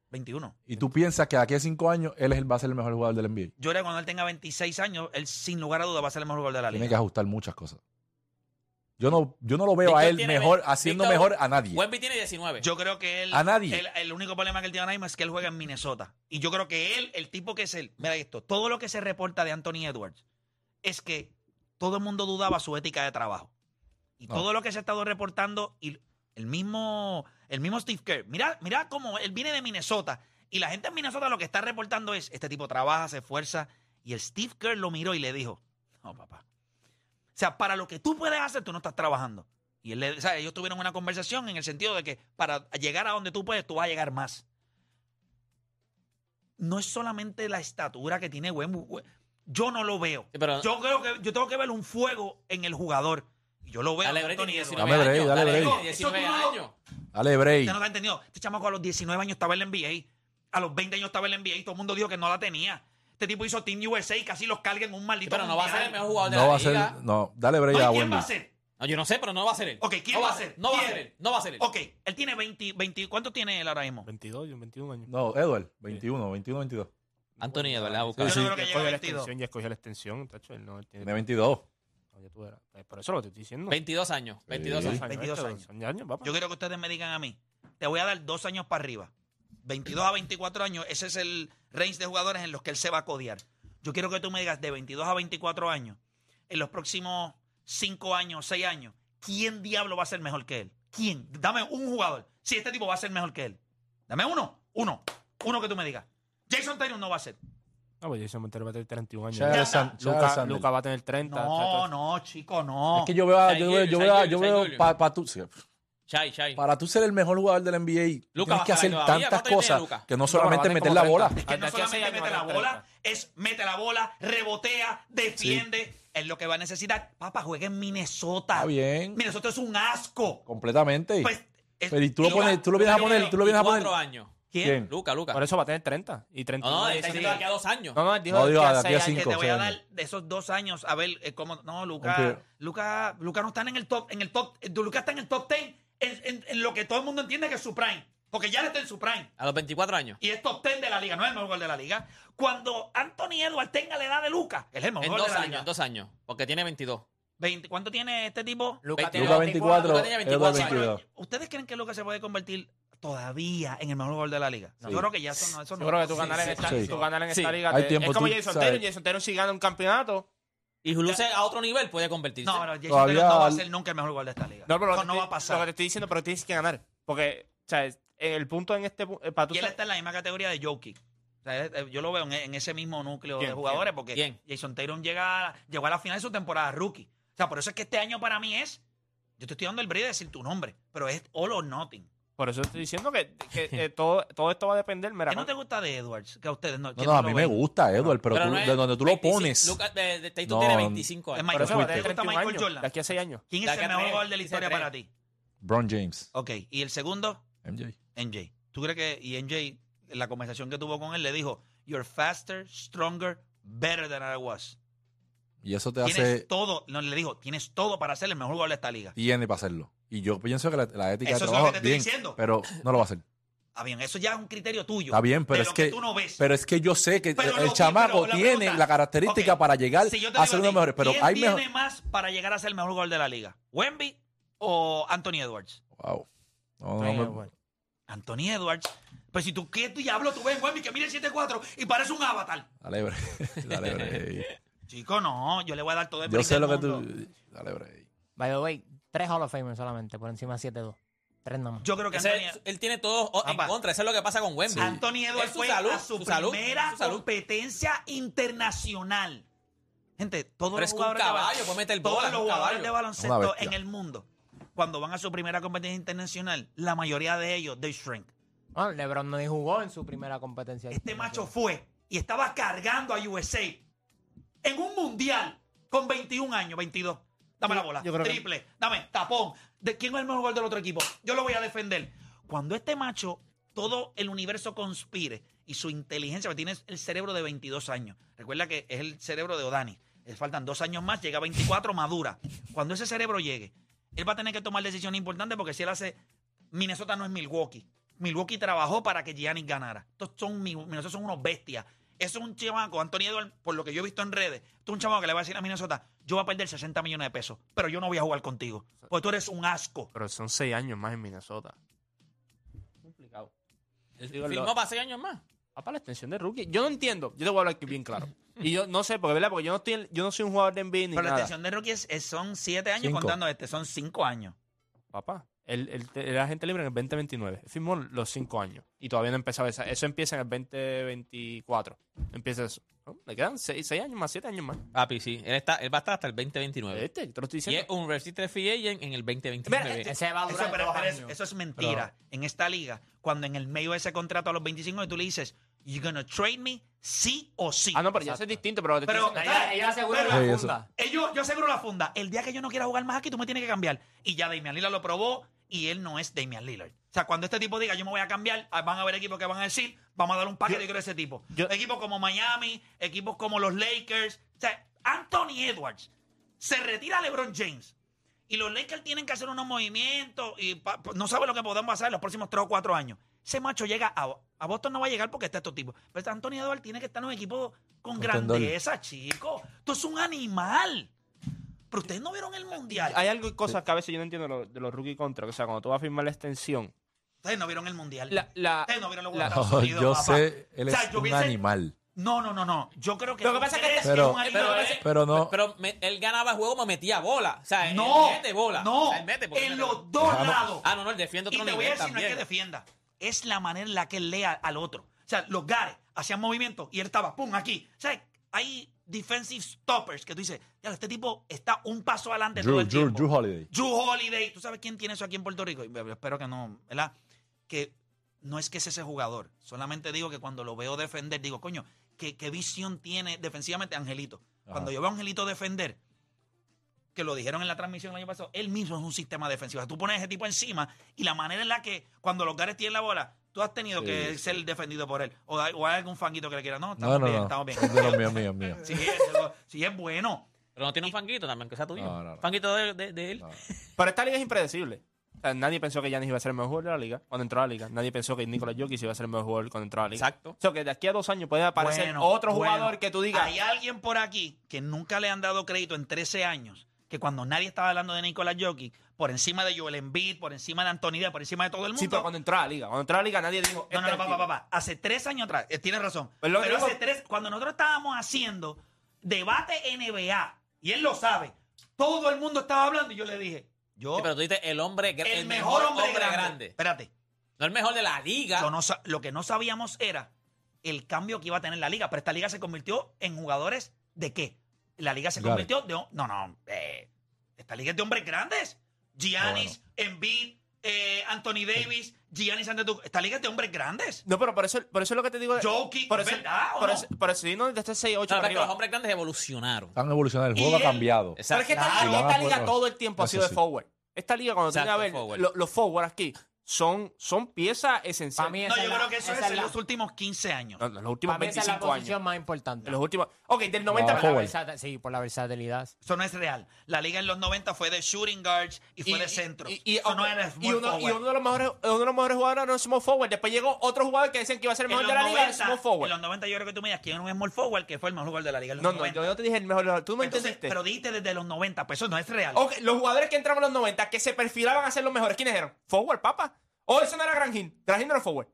Speaker 1: 21.
Speaker 4: Y tú piensas que de aquí a cinco años él es el- va a ser el mejor jugador del NBA.
Speaker 1: Yo creo que cuando él tenga 26 años, él sin lugar a duda va a ser el mejor jugador de la
Speaker 4: Tiene
Speaker 1: liga.
Speaker 4: que ajustar muchas cosas. Yo no, yo no lo veo
Speaker 2: Víctor
Speaker 4: a él
Speaker 2: tiene
Speaker 4: mejor,
Speaker 2: ve-
Speaker 4: haciendo
Speaker 2: Víctor-
Speaker 4: mejor a nadie.
Speaker 2: Wemby tiene 19.
Speaker 1: Yo creo que él.
Speaker 4: A nadie.
Speaker 1: él- el único problema que él tiene ahora mismo es que él juega en Minnesota. Y yo creo que él, el tipo que es él. Mira esto. Todo lo que se reporta de Anthony Edwards es que todo el mundo dudaba su ética de trabajo. Y
Speaker 4: No.
Speaker 1: todo lo que se ha estado reportando. Y el mismo, el mismo Steve Kerr. Mira, mira cómo él viene de Minnesota. Y la gente en Minnesota lo que está reportando es: este tipo trabaja, se esfuerza. Y el Steve Kerr lo miró y le dijo: No, papá. O sea, para lo que tú puedes hacer, tú no estás trabajando. Y él, le- o sea, ellos tuvieron una conversación en el sentido de que para llegar a donde tú puedes, tú vas a llegar más. No es solamente la estatura que tiene Wemby. We- Yo no lo veo.
Speaker 2: Sí, Eh, pero-
Speaker 1: yo creo que yo tengo que ver un fuego en el jugador. Y Yo lo veo.
Speaker 2: Dale,
Speaker 1: en
Speaker 2: Brady
Speaker 1: Anthony
Speaker 2: tiene
Speaker 1: Edwards.
Speaker 2: 19
Speaker 4: Dame break,
Speaker 2: años.
Speaker 4: dale
Speaker 2: Dale,
Speaker 4: break.
Speaker 2: Brady, 19
Speaker 1: Eso tú no lo-
Speaker 2: años.
Speaker 4: Dale,
Speaker 1: Usted no
Speaker 4: Bray.
Speaker 1: lo ha entendido. Este chamaco a los 19 años estaba en la NBA. A los 20 años estaba en la NBA. Todo el mundo dijo que no la tenía. Este tipo hizo Team USA y casi los carga en un
Speaker 2: Sí,
Speaker 1: maldito.
Speaker 2: Pero no va a ser
Speaker 1: mundial.
Speaker 2: el mejor jugador de
Speaker 4: No va
Speaker 2: la
Speaker 4: a ser.
Speaker 2: liga.
Speaker 4: No, dale Bray
Speaker 1: Ay,
Speaker 4: a
Speaker 1: ¿Quién
Speaker 4: Wemby.
Speaker 1: va a ser?
Speaker 2: No, yo no sé, pero no va a ser él.
Speaker 1: Ok, ¿quién
Speaker 2: No
Speaker 1: va a ser?
Speaker 2: No va a
Speaker 1: ¿Quién?
Speaker 2: ser él. No va a ser él.
Speaker 1: Ok, él tiene 20, 20 ¿cuánto tiene él ahora mismo?
Speaker 5: 22, yo 21 años.
Speaker 4: No, Edward, 21, 21, 22.
Speaker 2: Anthony Edwards, la
Speaker 1: Yo
Speaker 2: busca.
Speaker 1: no
Speaker 4: sí.
Speaker 1: creo que
Speaker 5: Ya
Speaker 1: llegue a
Speaker 5: escogió la
Speaker 1: 22.
Speaker 5: extensión, ya escogió la extensión, tacho, él no él tiene...
Speaker 4: Tiene 22.
Speaker 5: no, ya tú verás. Eh, Por eso lo que te estoy diciendo.
Speaker 2: 22 años. 22
Speaker 4: Sí.
Speaker 2: años.
Speaker 1: 22
Speaker 5: 22
Speaker 1: años.
Speaker 5: años. años papá.
Speaker 1: Yo quiero que ustedes me digan a mí, te voy a dar dos años para arriba, 22 a 24 años, ese es el range de jugadores en los que él se va a codear. Yo quiero que tú me digas de 22 a 24 años, en los próximos 5 años, 6 años, ¿quién diablo va a ser mejor que él? ¿Quién? Dame un jugador. Si este tipo va a ser mejor que él. Dame uno, uno, uno que tú me digas. Jason Taylor no va a ser.
Speaker 5: No, pues Jason Montero va a tener 31 años.
Speaker 4: Charles
Speaker 1: está.
Speaker 4: San- Charles
Speaker 5: Luca,
Speaker 4: Sanders.
Speaker 5: Luca va a tener 30.
Speaker 1: No,
Speaker 5: tacho.
Speaker 1: no, chico, no.
Speaker 4: Es que yo veo, a- yo
Speaker 2: Shai
Speaker 4: veo,
Speaker 2: Gilgeous,
Speaker 4: yo veo, a-
Speaker 2: Shai
Speaker 4: yo
Speaker 2: Gilgeous,
Speaker 4: veo
Speaker 2: Shai
Speaker 4: pa- pa tú- sí,
Speaker 2: Chai, chai.
Speaker 4: para tú ser el mejor jugador del NBA,
Speaker 2: Luka va
Speaker 4: tienes que
Speaker 2: a estar
Speaker 4: hacer
Speaker 2: todavía.
Speaker 4: tantas
Speaker 2: ¿Cuánto tiene
Speaker 4: cosas
Speaker 2: Luka?
Speaker 4: que no
Speaker 5: Luka
Speaker 4: solamente
Speaker 5: va a tener
Speaker 4: meter
Speaker 5: como
Speaker 4: la bola.
Speaker 5: 30.
Speaker 1: que no
Speaker 5: De aquí a seis
Speaker 1: solamente
Speaker 5: años
Speaker 1: mete la
Speaker 5: va a tener
Speaker 1: bola, es mete la bola, rebotea, defiende. Es lo que va a necesitar. Papá, juega en Minnesota.
Speaker 4: Está bien.
Speaker 1: Minnesota es un asco.
Speaker 4: Completamente.
Speaker 1: Pues, es-
Speaker 4: Pero y tú lo
Speaker 1: y
Speaker 4: pones,
Speaker 1: va-
Speaker 4: tú lo vienes a
Speaker 1: pero-
Speaker 4: poner, tú lo vienes a poner.
Speaker 2: 4 años.
Speaker 4: ¿Quién?
Speaker 2: Luca, Luca.
Speaker 5: Por eso va a tener 30 y 30.
Speaker 2: No, no, está diciendo de aquí a dos años.
Speaker 5: no, no, él dijo
Speaker 4: No,
Speaker 5: de
Speaker 4: digo,
Speaker 5: aquí a
Speaker 4: de aquí a
Speaker 5: seis
Speaker 1: Que
Speaker 5: años.
Speaker 4: cinco.
Speaker 1: Eh, te voy a
Speaker 4: años.
Speaker 1: dar de esos dos años a ver eh, cómo. No,
Speaker 4: Aunque-
Speaker 1: Luca, Luca, Luca no está en el top, en el top, eh, Luca está en el top 10 en, en- en lo que todo el mundo entiende que es su prime. Porque ya le está en su prime.
Speaker 2: A los 24 años.
Speaker 1: Y es top 10 de la liga, no es el mejor gol de la liga. Cuando Anthony Edwards tenga la edad de Luca, es el mejor
Speaker 2: En
Speaker 1: gol de
Speaker 2: dos
Speaker 1: la
Speaker 2: años,
Speaker 1: liga.
Speaker 2: en dos años. Porque tiene 22.
Speaker 1: 20 ¿Cuánto tiene este tipo?
Speaker 2: Luca
Speaker 4: Luca 24,
Speaker 2: Luka tenía 24
Speaker 4: Edward
Speaker 1: Sí, pero,
Speaker 4: 22.
Speaker 1: ¿Ustedes creen que Luca se puede convertir todavía en el mejor gol de la liga? Yo creo que ya eso no. Eso
Speaker 5: Yo
Speaker 1: no.
Speaker 5: creo que tú
Speaker 1: Sí,
Speaker 5: ganar en
Speaker 1: sí,
Speaker 5: esta,
Speaker 4: sí.
Speaker 5: tú ganar en
Speaker 2: Sí.
Speaker 5: esta liga.
Speaker 4: Hay
Speaker 5: te-
Speaker 4: tiempo,
Speaker 5: es como
Speaker 4: tú
Speaker 5: Jason
Speaker 4: sabes.
Speaker 5: Taylor. Jason Taylor si gana un campeonato.
Speaker 2: Y luce a otro nivel, puede convertirse.
Speaker 1: No, pero Jason
Speaker 4: Todavía-
Speaker 1: Taylor no va a ser nunca el mejor gol de esta liga.
Speaker 5: No, pero lo,
Speaker 1: eso
Speaker 5: que
Speaker 1: no
Speaker 5: te-
Speaker 1: va a
Speaker 5: lo que
Speaker 1: pasar.
Speaker 5: te estoy diciendo, pero tienes que ganar. Porque, o sea, es- el punto en este. pu- eh, Para tú
Speaker 1: Y él
Speaker 5: ser-
Speaker 1: está en la misma categoría de Jokic. O sea, eh, yo lo veo en, en ese mismo núcleo
Speaker 5: ¿Quién?
Speaker 1: de jugadores porque
Speaker 2: ¿Quién?
Speaker 1: Jason Taylor llega, a- llegó a la final de su temporada rookie. O sea, por eso es que este año para mí es. Yo te estoy dando el brillo de decir tu nombre, pero es all or nothing.
Speaker 5: Por eso estoy diciendo que, que, eh, todo, todo esto va a depender. Mira,
Speaker 1: ¿Qué no te gusta de Edwards? Que a ustedes no.
Speaker 4: No,
Speaker 1: que
Speaker 4: no, a
Speaker 1: lo
Speaker 4: mí me
Speaker 1: ven?
Speaker 4: gusta, Edward, pero, tú-
Speaker 2: no es
Speaker 4: de donde tú lo
Speaker 2: 25.
Speaker 4: pones.
Speaker 2: Luka- de- de- Tatum
Speaker 4: No,
Speaker 2: tiene 25
Speaker 1: Es
Speaker 2: años.
Speaker 1: Michael
Speaker 5: por eso va a
Speaker 1: Jordan.
Speaker 5: tener
Speaker 1: ¿Te gusta
Speaker 5: 31
Speaker 1: Michael
Speaker 5: años,
Speaker 1: Jordan?
Speaker 5: De aquí a 6 años.
Speaker 1: ¿Quién
Speaker 2: De
Speaker 1: es
Speaker 2: acá
Speaker 1: el mejor
Speaker 2: tres,
Speaker 1: gol de la
Speaker 2: dice
Speaker 1: historia
Speaker 2: tres.
Speaker 1: para ti?
Speaker 4: Bron James.
Speaker 1: Ok, y el segundo.
Speaker 4: MJ.
Speaker 1: NJ. ¿Tú crees que y NJ, en la conversación que tuvo con él, le dijo, You're faster, stronger, better than I was?
Speaker 4: Y eso te
Speaker 1: Tienes
Speaker 4: hace.
Speaker 1: todo, no, le dijo, tienes todo para ser el mejor jugador de esta liga.
Speaker 4: Tiene para hacerlo. Y yo pienso que la, la ética
Speaker 1: Eso
Speaker 4: de
Speaker 1: es lo
Speaker 4: trabajo.
Speaker 1: que te estoy
Speaker 4: bien,
Speaker 1: diciendo.
Speaker 4: Pero no lo va a hacer.
Speaker 1: Ah, bien, eso ya es un criterio tuyo.
Speaker 4: Está bien, pero
Speaker 1: de
Speaker 4: es
Speaker 1: lo
Speaker 4: que.
Speaker 1: tú no ves.
Speaker 4: Pero es que yo sé que
Speaker 1: Pero lo
Speaker 4: el,
Speaker 1: que-
Speaker 4: chamaco
Speaker 1: pero la
Speaker 4: tiene
Speaker 1: pregunta-
Speaker 4: la característica
Speaker 1: Ok,
Speaker 4: para llegar
Speaker 1: Si yo te
Speaker 4: a
Speaker 1: digo
Speaker 4: ser
Speaker 1: ti,
Speaker 4: uno de los mejores. Pero
Speaker 1: ¿quién
Speaker 4: hay
Speaker 1: tiene
Speaker 4: mejor.
Speaker 1: más para llegar a ser el mejor jugador de la liga? ¿Wemby o Anthony Edwards?
Speaker 4: Wow. No, no, no,
Speaker 5: bueno.
Speaker 1: Anthony Edwards. Pues si tú, ¿qué diablo tú ves en Wemby que mide el 7'4 y parece un avatar?
Speaker 4: Dale, break. Dale, break.
Speaker 1: Chico, no, yo le voy a dar todo el
Speaker 4: Yo
Speaker 1: break
Speaker 4: sé
Speaker 1: del
Speaker 4: lo que
Speaker 1: mundo.
Speaker 4: tú. Dale, break.
Speaker 6: By the way, tres Hall of Famers solamente, por encima de 7-2. Tres nada más.
Speaker 1: Yo creo que Ah,
Speaker 2: Ese-
Speaker 1: Anthony,
Speaker 2: él tiene todo o- en
Speaker 1: Ambas.
Speaker 2: contra. Eso es lo que pasa con Wemby.
Speaker 1: Anthony Edwards
Speaker 2: Es su
Speaker 1: fue
Speaker 2: salud,
Speaker 1: a su,
Speaker 2: su salud,
Speaker 1: primera
Speaker 2: su salud.
Speaker 1: competencia internacional. Gente, todos
Speaker 2: Pero
Speaker 1: los
Speaker 2: es que un
Speaker 1: jugadores, de
Speaker 2: caballo,
Speaker 1: balon-
Speaker 2: puede meter
Speaker 1: todos
Speaker 2: bola, es
Speaker 1: los
Speaker 2: un
Speaker 1: jugadores
Speaker 2: caballo.
Speaker 1: de
Speaker 4: Una
Speaker 1: baloncesto
Speaker 4: bestia.
Speaker 1: en el mundo, cuando van a su primera competencia internacional, la mayoría de ellos, they shrink.
Speaker 6: Bueno, LeBron no ni jugó en su primera competencia.
Speaker 1: Este macho fue y estaba cargando a USA en un mundial con 21 años, 22. Dame la bola,
Speaker 5: yo creo que-
Speaker 1: triple, dame, tapón. ¿De quién es el mejor jugador del otro equipo? Yo lo voy a defender. Cuando este macho, todo el universo conspire y su inteligencia, porque tiene el cerebro de 22 años. Recuerda que es el cerebro de Odani. Le faltan dos años más, llega a 24, madura. Cuando ese cerebro llegue, él va a tener que tomar decisiones importantes porque si él hace Minnesota no es Milwaukee. Milwaukee trabajó para que Giannis ganara. Estos son, mi- Minnesota son unos bestias. Eso es un chamaco, Anthony Edwards, por lo que yo he visto en redes, tú un chamaco que le va a decir a Minnesota, yo voy a perder 60 millones de pesos, pero yo no voy a jugar contigo, porque tú eres un asco.
Speaker 5: Pero son seis años más en Minnesota.
Speaker 2: Él
Speaker 5: Digo,
Speaker 2: firmó
Speaker 5: lo-
Speaker 2: para seis años más.
Speaker 5: Ah, para la extensión de rookie. Yo no entiendo. Yo te voy a hablar aquí bien claro. Y yo no sé, porque, ¿verdad? Porque yo no, estoy en- yo no soy un jugador de NBA ni
Speaker 1: Pero la
Speaker 5: nada.
Speaker 1: extensión de rookie es- es- son 7 años
Speaker 4: Cinco.
Speaker 1: contando este, son 5 años.
Speaker 5: Papá, él, él te- era agente libre en el 2029. Él Firmó los cinco años. Y todavía no empezaba esa. Eso empieza en el 2024. Empieza eso. ¿No? Le quedan seis, seis años más, siete años más.
Speaker 2: Papi, sí. Él, está, él va a estar hasta el 2029.
Speaker 5: Este, te lo estoy
Speaker 2: Y
Speaker 5: diciendo.
Speaker 2: es un Restricted Free Agent en el 2029.
Speaker 5: Mira,
Speaker 6: Ese va a
Speaker 1: Eso,
Speaker 6: durar
Speaker 1: pero-
Speaker 6: dos
Speaker 1: pero es-
Speaker 6: años.
Speaker 1: eso es mentira. En esta liga, cuando en el medio de ese contrato a los 25 y tú le dices, you gonna trade me, sí o sí.
Speaker 5: Ah, no, pero ya eso es distinto. Pero, te estoy
Speaker 1: Pero-
Speaker 5: diciendo-
Speaker 6: Ella, ella asegura
Speaker 1: Pero-
Speaker 4: Sí,
Speaker 6: la
Speaker 4: eso.
Speaker 6: funda.
Speaker 1: Ellos, Eh, yo aseguro la funda. El día que yo no quiera jugar más aquí, tú me tienes que cambiar. Y ya Damian Lillard lo probó y él no es Damian Lillard. O sea, cuando este tipo diga, yo me voy a cambiar, ah, van a haber equipos que van a decir, vamos a dar un paquete yo, quiero ese tipo.
Speaker 5: yo-
Speaker 1: equipos como Miami, equipos como los Lakers. O sea, Anthony Edwards se retira LeBron James. Y los Lakers tienen que hacer unos movimientos y pa- pa- no saben lo que podemos hacer en los próximos 3 o 4 años. Ese macho llega a, a Boston, no va a llegar porque está estos tipos. Pero Anthony Edwards tiene que estar en un equipo con
Speaker 4: Contendor.
Speaker 1: grandeza, chico. Tú es un animal. Pero ustedes no vieron el mundial.
Speaker 5: Hay algo, cosas que a veces yo no entiendo de los, de los rookie contract. O sea, cuando tú vas a firmar la extensión.
Speaker 1: Ustedes no vieron el mundial.
Speaker 5: La, la,
Speaker 1: ustedes no vieron los
Speaker 5: la-
Speaker 1: Estados
Speaker 4: Oh,
Speaker 1: Unidos,
Speaker 4: yo
Speaker 1: papá.
Speaker 4: sé, él
Speaker 1: O
Speaker 4: es
Speaker 1: sea, yo
Speaker 4: un
Speaker 1: hubiese-
Speaker 4: animal.
Speaker 1: No, no, no, no. Yo creo que
Speaker 5: Lo que pasa es que
Speaker 1: ustedes
Speaker 5: este-
Speaker 4: Pero-
Speaker 1: un animal.
Speaker 2: pero-
Speaker 1: Ese-
Speaker 4: Pero no.
Speaker 2: Pero me- él ganaba el juego, me metía bola. O sea, él-
Speaker 1: no,
Speaker 2: él mete bola. O
Speaker 1: no.
Speaker 2: sea, él mete porque
Speaker 1: en
Speaker 2: él mete bola.
Speaker 1: los dos lados.
Speaker 2: Ah, no, no, él defiende
Speaker 1: Y
Speaker 2: otro
Speaker 1: te
Speaker 2: nivel
Speaker 1: voy a decir, no
Speaker 2: también.
Speaker 1: es que defienda. Es la manera en la que él lea al otro. O sea, los gares hacían movimiento y él estaba, pum, aquí. O sea, hay defensive stoppers que tú dices, "Diablo, este tipo está un paso adelante todo
Speaker 4: Drew,
Speaker 1: el
Speaker 4: Drew,
Speaker 1: tiempo.
Speaker 4: Drew Holiday.
Speaker 1: Drew Holiday. ¿Tú sabes quién tiene eso aquí en Puerto Rico? Y yo espero que no, ¿verdad? Que no es que es ese jugador. Solamente digo que cuando lo veo defender, digo, coño, ¿qué, qué visión tiene defensivamente Angelito?
Speaker 4: Ajá.
Speaker 1: Cuando yo veo a Angelito defender, que lo dijeron en la transmisión el año pasado, él mismo es un sistema defensivo. O sea, tú pones a ese tipo encima y la manera en la que cuando los gares tienen la bola, tú has tenido
Speaker 4: Sí,
Speaker 1: que
Speaker 4: sí.
Speaker 1: ser defendido por él. O hay, o hay algún fanguito que le quiera. No,
Speaker 4: No,
Speaker 1: estamos
Speaker 4: no,
Speaker 1: bien,
Speaker 4: no.
Speaker 1: estamos bien.
Speaker 4: Es de los míos, míos, míos.
Speaker 1: Si es- si es bueno.
Speaker 2: Pero no tiene un fanguito también, que sea tuyo.
Speaker 4: No, no, no.
Speaker 2: Fanguito de, de- de él.
Speaker 4: No.
Speaker 5: Pero esta liga es impredecible. O sea, nadie pensó que Yanis iba a ser el mejor jugador de la liga cuando entró a la liga. Nadie pensó que Nicolas Jokic iba a ser el mejor jugador cuando entró a la liga.
Speaker 2: Exacto.
Speaker 5: O sea, que de aquí a dos años puede aparecer
Speaker 1: Bueno,
Speaker 5: otro
Speaker 1: bueno.
Speaker 5: jugador que tú digas.
Speaker 1: Hay alguien por aquí que nunca le han dado crédito en 13 años, que cuando nadie estaba hablando de Nicolás Jokic, por encima de Joel Embiid, por encima de Anthony Davis, por encima de todo el mundo.
Speaker 5: Sí, pero cuando entró a la liga. Cuando entró a la liga nadie dijo.
Speaker 1: No, no, no,
Speaker 5: "Este es el
Speaker 1: papá,
Speaker 5: tipo".
Speaker 1: papá. Hace tres años atrás, eh, tienes razón.
Speaker 5: Pues lo
Speaker 1: pero
Speaker 5: digo-
Speaker 1: hace tres, cuando nosotros estábamos haciendo debate NBA, y él lo sabe, todo el mundo estaba hablando y yo le dije, yo,
Speaker 2: Sí, pero tú dices el hombre gr-
Speaker 1: el, mejor, hombre, grande. Espérate,
Speaker 2: No el mejor de la
Speaker 5: Ah.
Speaker 2: liga.
Speaker 1: yo no sa- lo que no sabíamos era el cambio que iba a tener la liga, pero esta liga se convirtió en jugadores de qué? La liga se
Speaker 4: Claro.
Speaker 1: convirtió de... hom- No, no, eh, esta liga es de hombres grandes. Giannis, Embiid, eh, Anthony Davis, Giannis Antetokounmpo. Esta liga es de hombres grandes.
Speaker 5: No, pero por eso, por eso es lo que te digo. de-
Speaker 1: Jokic,
Speaker 5: por eso,
Speaker 1: ¿verdad o
Speaker 5: por
Speaker 1: no?
Speaker 5: eso, por eso yo no de este 6, 8
Speaker 2: No, pero es que
Speaker 5: arriba.
Speaker 2: los hombres grandes evolucionaron.
Speaker 4: Han evolucionado, el
Speaker 1: Y
Speaker 4: juego ha
Speaker 1: él-
Speaker 4: cambiado.
Speaker 5: Pero es que esta,
Speaker 4: Claro.
Speaker 5: liga- esta
Speaker 4: Claro.
Speaker 5: liga todo el tiempo ha
Speaker 4: Eso
Speaker 5: sido de
Speaker 4: sí.
Speaker 5: forward. Esta liga, cuando tiene a
Speaker 2: Exacto,
Speaker 5: ver,
Speaker 2: forward.
Speaker 5: lo- los forward aquí son, son piezas
Speaker 6: Para
Speaker 5: esenciales.
Speaker 6: mí,
Speaker 1: No,
Speaker 6: esa
Speaker 1: yo
Speaker 6: es la-
Speaker 1: creo que eso
Speaker 6: esa
Speaker 1: es
Speaker 6: es
Speaker 1: en
Speaker 6: la-
Speaker 1: los últimos 15 años.
Speaker 5: No, no, los últimos
Speaker 6: para mí esa es la
Speaker 5: 25
Speaker 6: posición
Speaker 5: años.
Speaker 6: más importante.
Speaker 5: De Los últimos. Ok, del 90
Speaker 4: Ah,
Speaker 6: Por la
Speaker 4: forward.
Speaker 6: versata- sí, por la versatilidad.
Speaker 1: Eso no es real. La liga en los 90 fue de shooting guards y fue de centro.
Speaker 5: Y, y-
Speaker 1: Eso no
Speaker 5: ok,
Speaker 1: era
Speaker 5: y
Speaker 1: small
Speaker 5: uno, y
Speaker 1: forward.
Speaker 5: uno de los mejores, uno de los mejores jugadores no es small forward. Después llegó otro jugador que decían que iba a ser el
Speaker 1: en, los
Speaker 5: mejor de la liga, es
Speaker 1: 90,
Speaker 5: small forward.
Speaker 1: en los 90 yo creo que tú me digas quién es un small forward que fue el mejor jugador de la liga en los
Speaker 5: No, no,
Speaker 1: 90.
Speaker 5: yo no te dije el mejor. jugador. Tú no
Speaker 1: Entonces,
Speaker 5: entendiste.
Speaker 1: pero dijiste desde los 90, pues eso no es real.
Speaker 5: Ok, los jugadores que entraban en los 90 que se perfilaban a ser los mejores, ¿quiénes eran? Forward, papá. O eso no era Gran Hill. Gran Hill no era forward.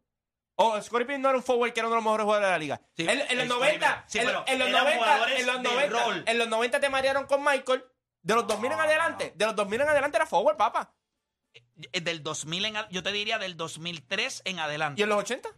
Speaker 5: O Scottie Pippen no era un forward que era uno de los mejores jugadores de la liga.
Speaker 1: Sí,
Speaker 5: en, en los
Speaker 1: Scottie
Speaker 5: 90,
Speaker 1: Pippen. Sí,
Speaker 5: en,
Speaker 1: pero
Speaker 5: en los
Speaker 1: eran
Speaker 5: 90,
Speaker 1: jugadores
Speaker 5: en los
Speaker 1: de
Speaker 5: 90,
Speaker 1: rol. Ah.
Speaker 5: en los 90 te marearon con Michael. De los 2000 en adelante, de los 2000 en adelante era forward, papá.
Speaker 1: eh, del 2000 en, a- yo te diría del 2003 en adelante.
Speaker 5: ¿Y en los 80?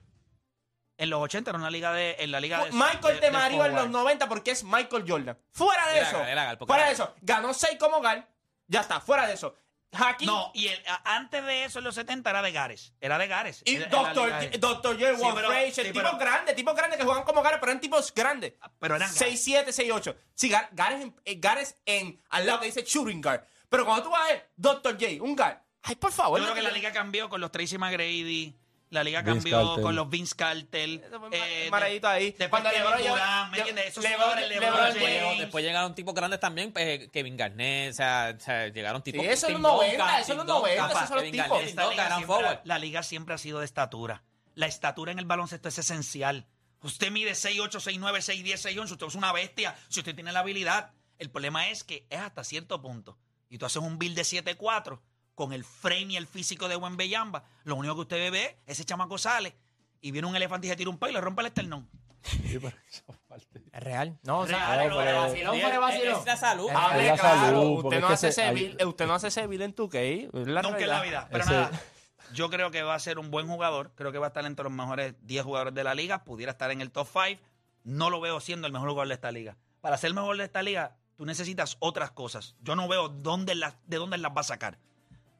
Speaker 1: En los 80 era una liga de en la liga de
Speaker 5: Michael de, Mario en los
Speaker 1: forward.
Speaker 5: 90 porque es Michael Jordan. Fuera de
Speaker 2: Era
Speaker 5: eso.
Speaker 2: Gal, era Gal, porque
Speaker 5: fuera
Speaker 2: era
Speaker 5: de eso. Ganó 6 como Gal. Ya está, fuera de eso. Hakim
Speaker 1: No, y el- a- antes de eso en los 70 era de Gares, era de Gares.
Speaker 5: y
Speaker 1: Era- era
Speaker 5: Doctor,
Speaker 1: liga de-
Speaker 5: Doctor J.
Speaker 1: Sí,
Speaker 5: Walt
Speaker 1: pero-
Speaker 5: Frazier,
Speaker 1: sí,
Speaker 5: tipos
Speaker 1: pero- Ah,
Speaker 5: grandes, tipos grandes que juegan como Gares, pero eran tipos grandes.
Speaker 1: pero eran
Speaker 5: 6-7, 6-8. Sí, Gar- Gares, en- eh, Gares en, al lado que dice Shooting Guard. Pero cuando tú vas a ver Doctor J, un Gar. Ay, por favor.
Speaker 1: Yo
Speaker 5: no
Speaker 1: creo que
Speaker 5: te-
Speaker 1: la liga cambió con los Tracy McGrady, la liga
Speaker 4: Vince
Speaker 1: cambió
Speaker 4: Carter.
Speaker 1: con los Vince Carter.
Speaker 5: Eso fue
Speaker 1: eh,
Speaker 5: mar-
Speaker 1: de-
Speaker 5: maradito ahí.
Speaker 1: después
Speaker 5: Cuando
Speaker 1: Kevin
Speaker 5: LeBron llegó-
Speaker 1: Durant, ¿me
Speaker 5: Le-
Speaker 1: entiendes? Esos
Speaker 5: LeBron-
Speaker 1: jugadores, LeBron
Speaker 5: LeBron
Speaker 1: James.
Speaker 5: James.
Speaker 2: Después llegaron tipos grandes también, pues, Kevin Garnett, o sea, o sea, llegaron tipos...
Speaker 5: Sí, eso es
Speaker 2: Tim
Speaker 5: los 90,
Speaker 2: Duncan,
Speaker 5: eso es
Speaker 2: Tim
Speaker 5: los 90,
Speaker 2: Duncan,
Speaker 5: esos son los
Speaker 2: Kevin
Speaker 5: tipos.
Speaker 2: Garnett,
Speaker 1: Esta
Speaker 2: Tim
Speaker 1: liga
Speaker 2: Duncan, eran
Speaker 1: siempre-
Speaker 2: forward.
Speaker 1: La liga siempre ha sido de estatura. La estatura en el baloncesto es esencial. Usted mide 6'8, 6'9, 6'10, 6'11. Usted es una bestia. Si usted tiene la habilidad. El problema es que es hasta cierto punto. Y tú haces un build de 7'4 con el frame y el físico de buen Bellamba. Lo único que usted ve es ese chamaco sale y viene un elefante y se tira un palo y le rompe el esternón.
Speaker 4: Sí, pero esa parte.
Speaker 6: Es real. No, o sea,
Speaker 1: Real,
Speaker 6: fuera de
Speaker 1: pero-
Speaker 6: vacilón,
Speaker 2: Sí,
Speaker 6: fuera de
Speaker 2: es-
Speaker 6: vacilón.
Speaker 2: es la salud.
Speaker 6: Es
Speaker 5: Hable
Speaker 4: Es la
Speaker 5: Ah, claro,
Speaker 4: salud, porque
Speaker 10: usted, no
Speaker 4: es que
Speaker 10: hace
Speaker 4: se-
Speaker 10: ese
Speaker 4: hay-
Speaker 10: bill, eh, usted no hace ese bill en
Speaker 5: eh,
Speaker 10: 2K. es la
Speaker 1: Nunca en la
Speaker 10: realidad.
Speaker 1: vida. Pero
Speaker 4: Ese-
Speaker 1: nada, yo creo que va a ser un buen jugador. Creo que va a estar entre los mejores 10 jugadores de la liga. Pudiera estar en el top 5. No lo veo siendo el mejor jugador de esta liga. Para ser el mejor de esta liga, tú necesitas otras cosas. Yo no veo dónde las, de dónde las va a sacar.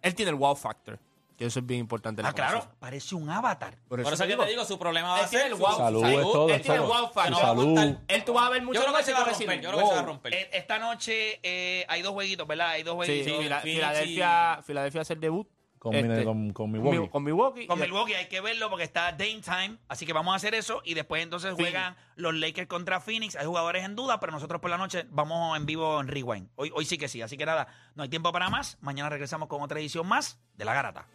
Speaker 10: Él tiene el wow factor. Que eso es bien importante. en la
Speaker 1: Ah, claro,
Speaker 10: conversación.
Speaker 1: parece un avatar.
Speaker 10: Por
Speaker 2: Por eso que te digo, su problema va a
Speaker 5: Él tiene
Speaker 2: ser
Speaker 5: el
Speaker 2: su-
Speaker 5: wow.
Speaker 4: Salud es todo.
Speaker 5: Él tiene el
Speaker 4: salud.
Speaker 5: wow factor.
Speaker 4: Y Salud.
Speaker 5: Él tú vas a ver mucho
Speaker 2: Yo creo que se va a
Speaker 5: recibidores
Speaker 2: romper,
Speaker 5: y-
Speaker 2: yo creo que se va a
Speaker 5: wow.
Speaker 2: romper.
Speaker 1: Eh, Esta noche eh, hay dos jueguitos, ¿verdad? Hay dos
Speaker 10: Sí,
Speaker 1: jueguitos.
Speaker 10: sí, Fila-
Speaker 2: Phoenix
Speaker 10: Filadelfia, Filadelfia hace el debut.
Speaker 4: Con,
Speaker 10: Este,
Speaker 4: mi, con, con
Speaker 10: con
Speaker 4: Milwaukee.
Speaker 10: mi- Con Milwaukee.
Speaker 1: Con
Speaker 10: Y-
Speaker 1: Milwaukee hay que verlo porque está Dame Time. Así que vamos a hacer eso. Y después entonces juegan los Lakers contra Phoenix. Hay jugadores en duda, pero nosotros por la noche vamos en vivo en Rewind. Hoy, hoy sí que sí. Así que nada, no hay tiempo para más. Mañana regresamos con otra edición más de La Garata.